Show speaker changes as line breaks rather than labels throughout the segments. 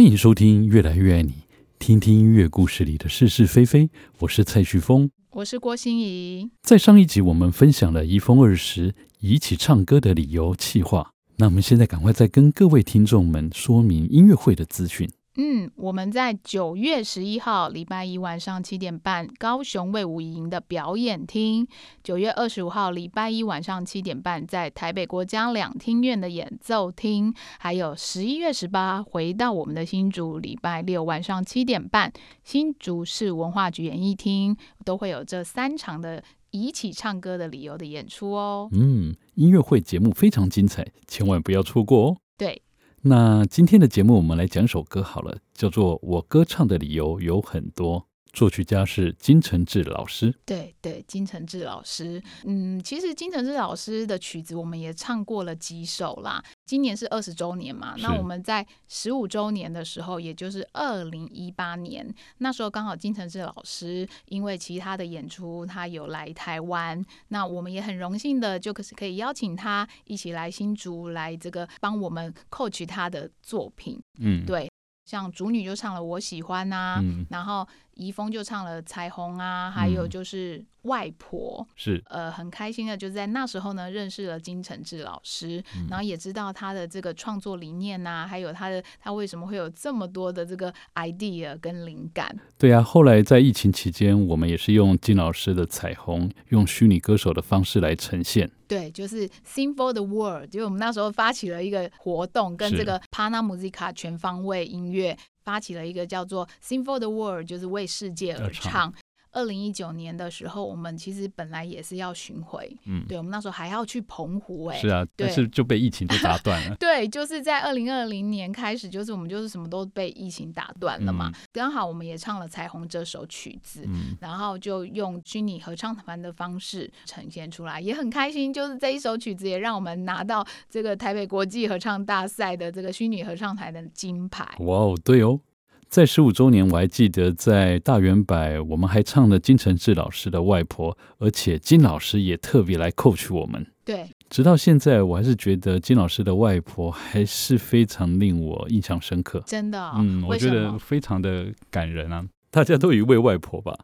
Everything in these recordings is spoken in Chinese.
迎收听《越来越爱你》，听听音乐故事里的是是非非。我是蔡旭峰。
我是郭心怡。
在上一集，我们分享了一封二十一起唱歌的理由气话。那我们现在赶快再跟各位听众们说明音乐会的资讯。
嗯，我们在九月十一号礼拜一晚上七点半，高雄卫武营的表演厅；九月二十五号礼拜一晚上七点半，在台北国家两厅院的演奏厅；还有十一月十八回到我们的新竹，礼拜六晚上七点半，新竹市文化局演艺厅都会有这三场的一起唱歌的理由的演出哦。
嗯，音乐会节目非常精彩，千万不要错过哦。
对，
那今天的节目我们来讲首歌好了，叫做《我歌唱的理由有很多》，作曲家是金承志老师。
对对，金承志老师，嗯，其实金承志老师的曲子我们也唱过了几首啦。今年是二十周年嘛，那
是
我们在十五周年的时候，也就是二零一八年，那时候刚好金承志老师因为其他的演出，他有来台湾，那我们也很荣幸的，就可是可以邀请他一起来新竹来这个帮我们 coach 他的作品。
嗯，
对，啊像主女就唱了《我喜欢》啊呐、
嗯，
然后怡丰就唱了《彩虹》啊，还有
嗯
就是外婆。
是，
呃，很开心的，就是在那时候呢，认识了金承志老师，然后也知道他的这个创作理念呐、还有他的他为什么会有这么多的这个 idea 跟灵感。
对啊。后来在疫情期间，我们也是用金老师的《彩虹》，用虚拟歌手的方式来呈现。
对，就是 Sing for the World，就是我们那时候发起了一个活动，跟
是
这个 Pana Musica 全方位音乐发起了一个叫做 Sing for the World，就是为世界而
而唱
唱。二零一九年的时候，我们其实本来也是要巡回，
嗯，
对我们那时候还要去澎湖、哎，
是啊，但
对。
是就被疫情就打断了
对，就是在二零二零年开始，就是我们就是什么都被疫情打断了嘛。刚好我们也唱了《彩虹》这首曲子，
嗯，
然后就用虚拟合唱团的方式呈现出来，也很开心。就是这一首曲子也让我们拿到这个台北国际合唱大赛的这个虚拟合唱团的金牌。
哇哦，对哦。在十五周年，我还记得在大圆柏，我们还唱了金承志老师的《外婆》，而且金老师也特别来 coach 我们。
对，
直到现在，我还是觉得金老师的外婆还是非常令我印象深刻。
真的、哦，
嗯，我
为
觉
什
得
么
非常的感人啊！大家都有一位外婆吧？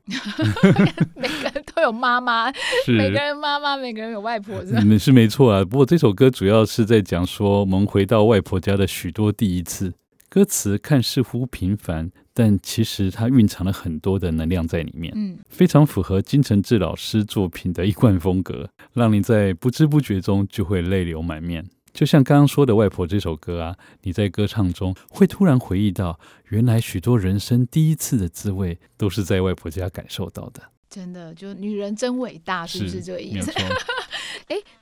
每个人都有妈妈，每
是
个，人妈妈，每个人有外婆， 是吧？
嗯，是没错啊。不过这首歌主要是在讲说，我们回到外婆家的许多第一次。歌词看似乎平凡，但其实它蕴藏了很多的能量在里面，
嗯，
非常符合金承志老师作品的一贯风格，让你在不知不觉中就会泪流满面。就像刚刚说的《外婆》这首歌啊，你在歌唱中会突然回忆到，原来许多人生第一次的滋味都是在外婆家感受到的。
真的，就女人真伟大，是不是这个
没
意
有
思？
错，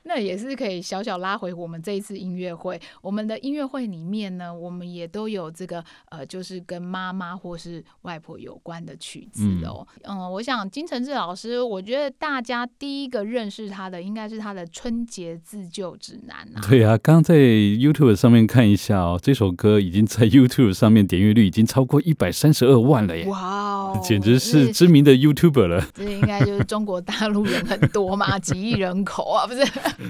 那也是可以小小拉回我们这一次音乐会。我们的音乐会里面呢，我们也都有这个呃，就是跟妈妈或是外婆有关的曲子哦。嗯我想金承志老师，我觉得大家第一个认识他的应该是他的《春节自救指南》啊。
对啊，刚刚在 YouTube 上面看一下哦，这首歌已经在 YouTube 上面点阅率已经超过一百三十二万了耶，
哇哦，
简直是知名的 YouTuber 了。
这应该就是中国大陆人很多嘛， 几亿人口啊，不是？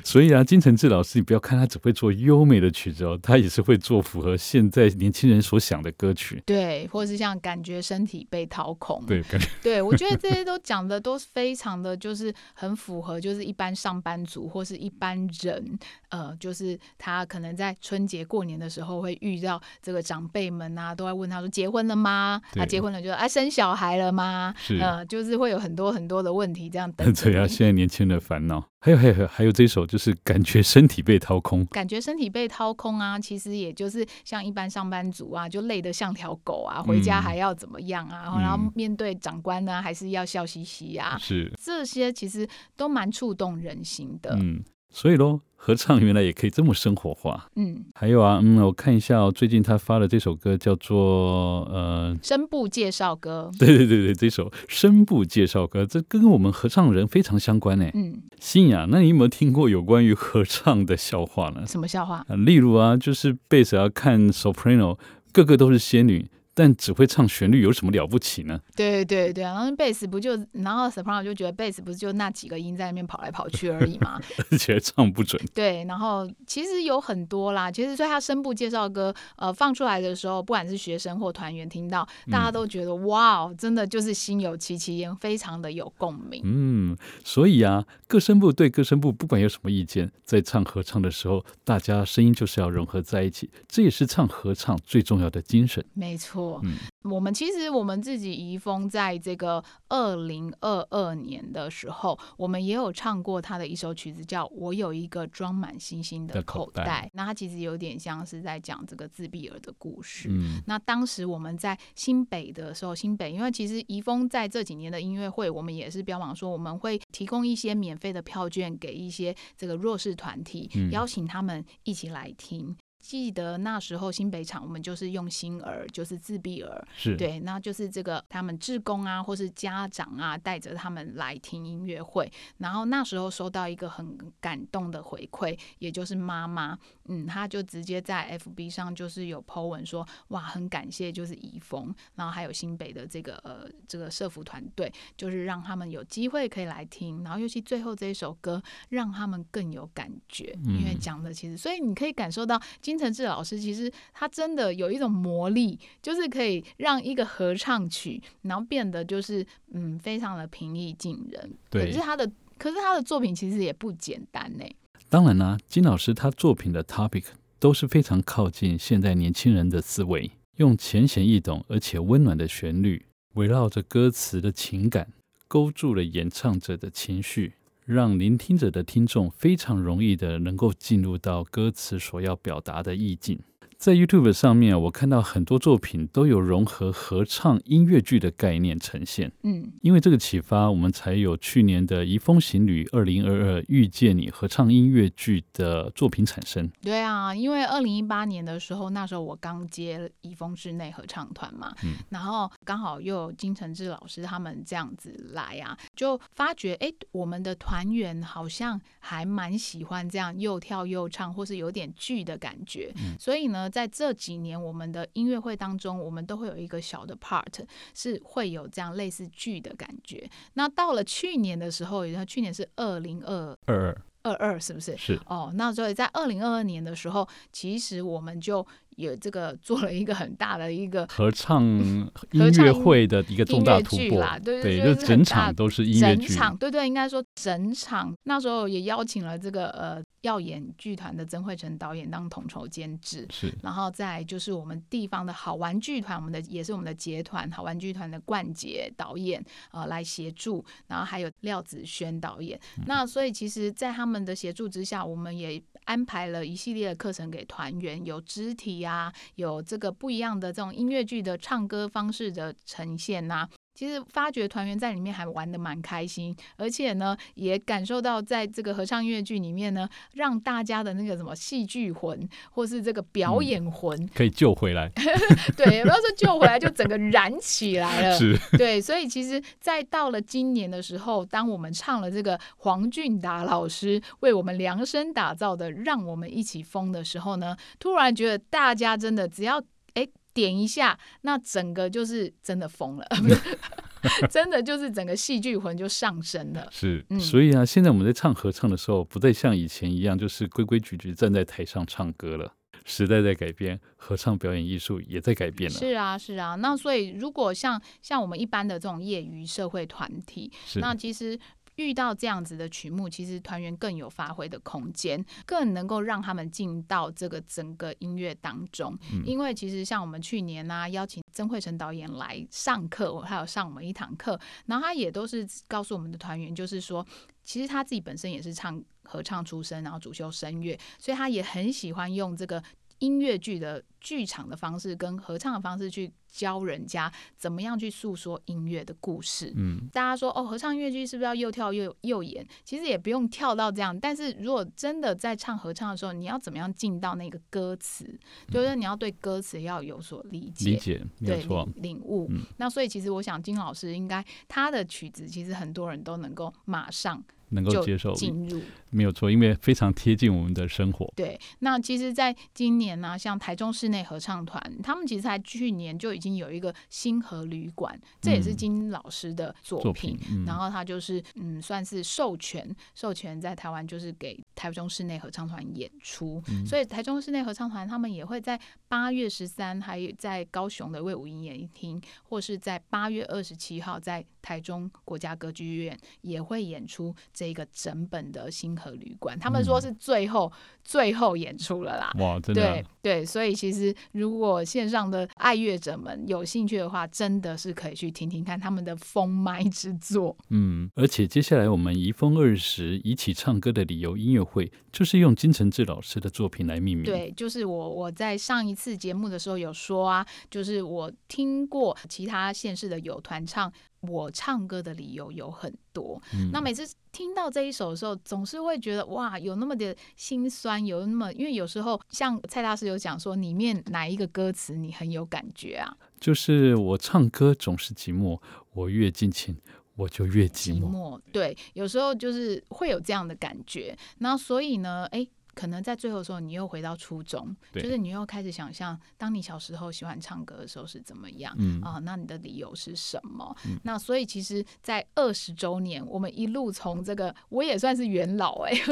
所以啊，金承志老师，你不要看他只会做优美的曲子哦，他也是会做符合现在年轻人所想的歌曲。
对，或是像感觉身体被掏空，
对，感觉
对，我觉得 这些都讲的都非常的，就是很符合，就是一般上班族或是一般人，呃，就是他可能在春节过年的时候会遇到这个长辈们啊，都在问他说结婚了吗？
对
啊，结婚了就啊生小孩了吗？
是
呃，就是会有很多很多的问题这样等着
对啊，
你
现在年轻人的烦恼。还有还有还有还有这首就是感觉身体被掏空，
感觉身体被掏空啊，其实也就是像一般上班族啊，就累得像条狗啊，回家
嗯
还要怎么样啊？
嗯
然后面对长官呢，还是要笑嘻嘻啊。
是
这些其实都蛮触动人心的。嗯
嗯，所以咯，合唱原来也可以这么生活化。还有啊，嗯，我看一下哦，最近他发的这首歌叫做呃，
声部介绍歌，
对对对对，这首声部介绍歌，这跟我们合唱人非常相关呢。
嗯，
信雅，啊那你有没有听过有关于合唱的笑话呢？
什么笑话？
啊，例如啊，就是贝斯啊，看 soprano，个个都是仙女，但只会唱旋律有什么了不起呢？
对对对，然后贝斯不就，然后 soprano 就觉得贝斯不是就那几个音在那边跑来跑去而已嘛。
而且还唱不准。
对，然后其实有很多啦，其实所以他声部介绍歌，呃，放出来的时候，不管是学生或团员听到，大家都觉得、哇哦，真的就是心有戚戚焉，非常的有共鸣。
嗯，所以啊，各声部对各声部不管有什么意见，在唱合唱的时候，大家声音就是要融合在一起，这也是唱合唱最重要的精神。
没错，
嗯
我们其实我们自己怡丰在这个二零二二年的时候，我们也有唱过他的一首曲子，叫《我有一个装满星星的
的
口
口
袋》。
袋
那它其实有点像是在讲这个自闭儿的故事。
嗯
那当时我们在新北的时候，新北因为其实怡丰在这几年的音乐会，我们也是标榜说我们会提供一些免费的票券给一些这个弱势团体，
嗯
邀请他们一起来听。记得那时候新北场，我们就是用心儿，就是自闭儿，
是，
对，那就是这个他们志工啊，或是家长啊，带着他们来听音乐会。然后那时候收到一个很感动的回馈，也就是妈妈，嗯，她就直接在 FB 上就是有 po 文说，哇，很感谢就是怡丰，然后还有新北的这个呃这个社服团队，就是让他们有机会可以来听，然后尤其最后这一首歌，让他们更有感觉，因为
嗯
讲的其实，所以你可以感受到金承志老师其实他真的有一种魔力，就是可以让一个合唱曲，然后变得就是嗯非常的平易近人。
对
可是他的可是他的作品其实也不简单呢。
当然啦、金老师他作品的 topic 都是非常靠近现代年轻人的思维，用浅显易懂而且温暖的旋律，围绕着歌词的情感，勾住了演唱者的情绪，让聆听者的听众非常容易的能够进入到歌词所要表达的意境。在 YouTube 上面，我看到很多作品都有融合合唱音乐剧的概念呈现。
嗯，
因为这个启发，我们才有去年的《移风行旅二零二二遇见你》合唱音乐剧的作品产生。
对啊，因为二零一八年的时候，那时候我刚接怡丰室内合唱团嘛，
嗯
然后刚好又有金承志老师他们这样子来啊，就发觉哎，诶我们的团员好像还蛮喜欢这样又跳又唱，或是有点剧的感觉。所以呢，在这几年我们的音乐会当中，我们都会有一个小的 part 是会有这样类似剧的感觉。那到了去年的时候，也就是去年是二零二
二二
二二，是不是？
是
哦，那所以在二零二二年的时候，其实我们就有这个做了一个很大的一个
合 唱音
合唱
乐会的一个重大突
音乐剧
破
啦，对
对，
就
就是是整场都是音乐
整
剧，
场，对对，应该说整场。那时候也邀请了这个呃耀眼剧团的曾慧成导演当统筹监制，
是
然后再来就是我们地方的好玩剧团，我们的也是我们的结团好玩剧团的冠杰导演呃来协助，然后还有廖子轩导演。那所以其实，在他们的协助之下，我们也安排了一系列的课程给团员，有肢体啊，有这个不一样的这种音乐剧的唱歌方式的呈现呐、其实发觉团员在里面还玩的蛮开心，而且呢，也感受到在这个合唱音乐剧里面呢，让大家的那个什么戏剧魂，或是这个表演魂，
可以救回 来，
对，也不要说救回来，就整个燃起来了。
是
对，所以其实，在到了今年的时候，当我们唱了这个黄俊达老师为我们量身打造的《让我们一起疯》的时候呢，突然觉得大家真的只要哎点一下，那整个就是真的疯了， 不是 真的就是整个戏剧魂就上升了。
是
嗯，
所以啊，现在我们在唱合唱的时候，不再像以前一样，就是规规矩矩站在台上唱歌了。时代在改变，合唱表演艺术也在改变了。
是啊，是啊。那所以，如果像像我们一般的这种业余社会团体，
是
那其实遇到这样子的曲目，其实团员更有发挥的空间，更能够让他们进到这个整个音乐当中。
嗯
因为其实像我们去年呢、邀请曾慧成导演来上课，我还有上我们一堂课，然后他也都是告诉我们的团员，就是说，其实他自己本身也是唱合唱出身，然后主修声乐，所以他也很喜欢用这个。音乐剧的剧场的方式跟合唱的方式去教人家怎么样去诉说音乐的故事，
嗯，
大家说哦，合唱音乐剧是不是要又跳又又演？其实也不用跳到这样，但是如果真的在唱合唱的时候，你要怎么样进到那个歌词？就是你要对歌词要有所理解。
嗯理解没有
对，
错
领。领悟。
嗯
那所以其实我想，金老师应该他的曲子，其实很多人都能够马上
能够
就
接受，
进入。
没有错，因为非常贴近我们的生活。
对，那其实，在今年呢、像台中室内合唱团，他们其实在去年就已经有一个星河旅馆，这也是
嗯
金老师的作
作
品。
品，嗯，
然后他就是嗯，算是授权，授权在台湾就是给台中室内合唱团演出，
嗯
所以台中室内合唱团他们也会在八月十三，还有在高雄的魏武营演艺厅，或是在八月二十七号在台中国家歌剧院也会演出这个整本的《星河旅馆》，他们说
嗯
是最后、最后演出了啦。
哇，真的啊、
对对，所以其实如果线上的爱乐者们有兴趣的话，真的是可以去听听看他们的封麦之作。
嗯，而且接下来我们移风二十一起唱歌的理由音乐会，就是用金承志老师的作品来命名。，
对，就是我我在上一次节目的时候有说啊，就是我听过其他县市的有团唱我唱歌的理由有很多，
嗯、
那每次听到这一首的时候，总是会觉得哇，有那么的心酸，有那么因为有时候像蔡大师有讲说，里面哪一个歌词你很有感觉啊？
就是我唱歌总是寂寞，我越尽情我就越寂
寂
寞。
寞，对，有时候就是会有这样的感觉。然后所以呢，哎，可能在最后的时候，你又回到初中，就
对
是你又开始想象，当你小时候喜欢唱歌的时候是怎么样。
嗯，
啊、那你的理由是什么？
嗯
那所以其实，在二十周年，我们一路从这个，我也算是元老哎、
是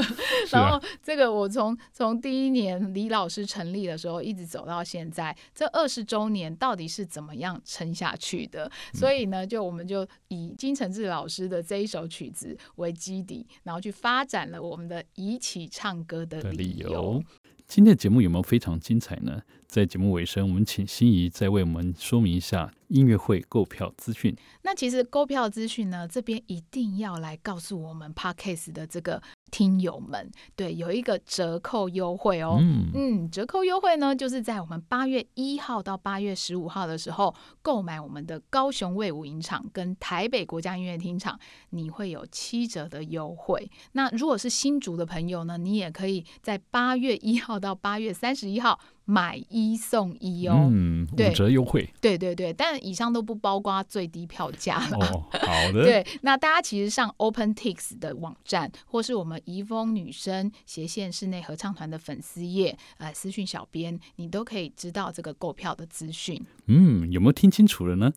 然
啊
后，这个我从从第一年李老师成立的时候一直走到现在，这二十周年到底是怎么样撑下去的？所以呢，就我们就以金承志老师的这一首曲子为基底，然后去发展了我们的一起唱歌的
的
理
理由。今天的节目有没有非常精彩呢？在节目尾声，我们请心仪再为我们说明一下音乐会购票资讯。
那其实购票资讯呢，这边一定要来告诉我们 Podcast 的这个听友们，对，有一个折扣优惠哦。
嗯，
嗯，折扣优惠呢，就是在我们八月一号到八月十五号的时候购买我们的高雄卫武营场跟台北国家音乐厅场，你会有七折的优惠。那如果是新竹的朋友呢，你也可以在八月一号到八月三十一号买一送一哦。
嗯，
对
五折优 惠
对对对，但以上都不包括最低票价了。
哦。好 的，
对，那大家其实上 OpenTix 的网站，或是我们怡丰女生斜线室内合唱团的粉丝页，呃，私讯小编，你都可以知道这个购票的资讯。
嗯，有没有听清楚了呢？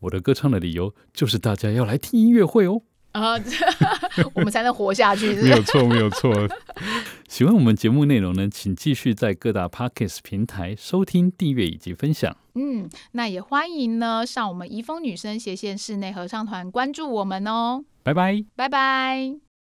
我的歌唱的理由就是大家要来听音乐会哦。
啊、我们才能活下去，是不
没
是
有错， 没有错。喜欢我们节目内容呢，请继续在各大 Podcast 平台收听、订阅以及分享。
嗯，那也欢迎呢上我们怡丰女生斜线室内合唱团关注我们哦，
拜拜。
拜拜。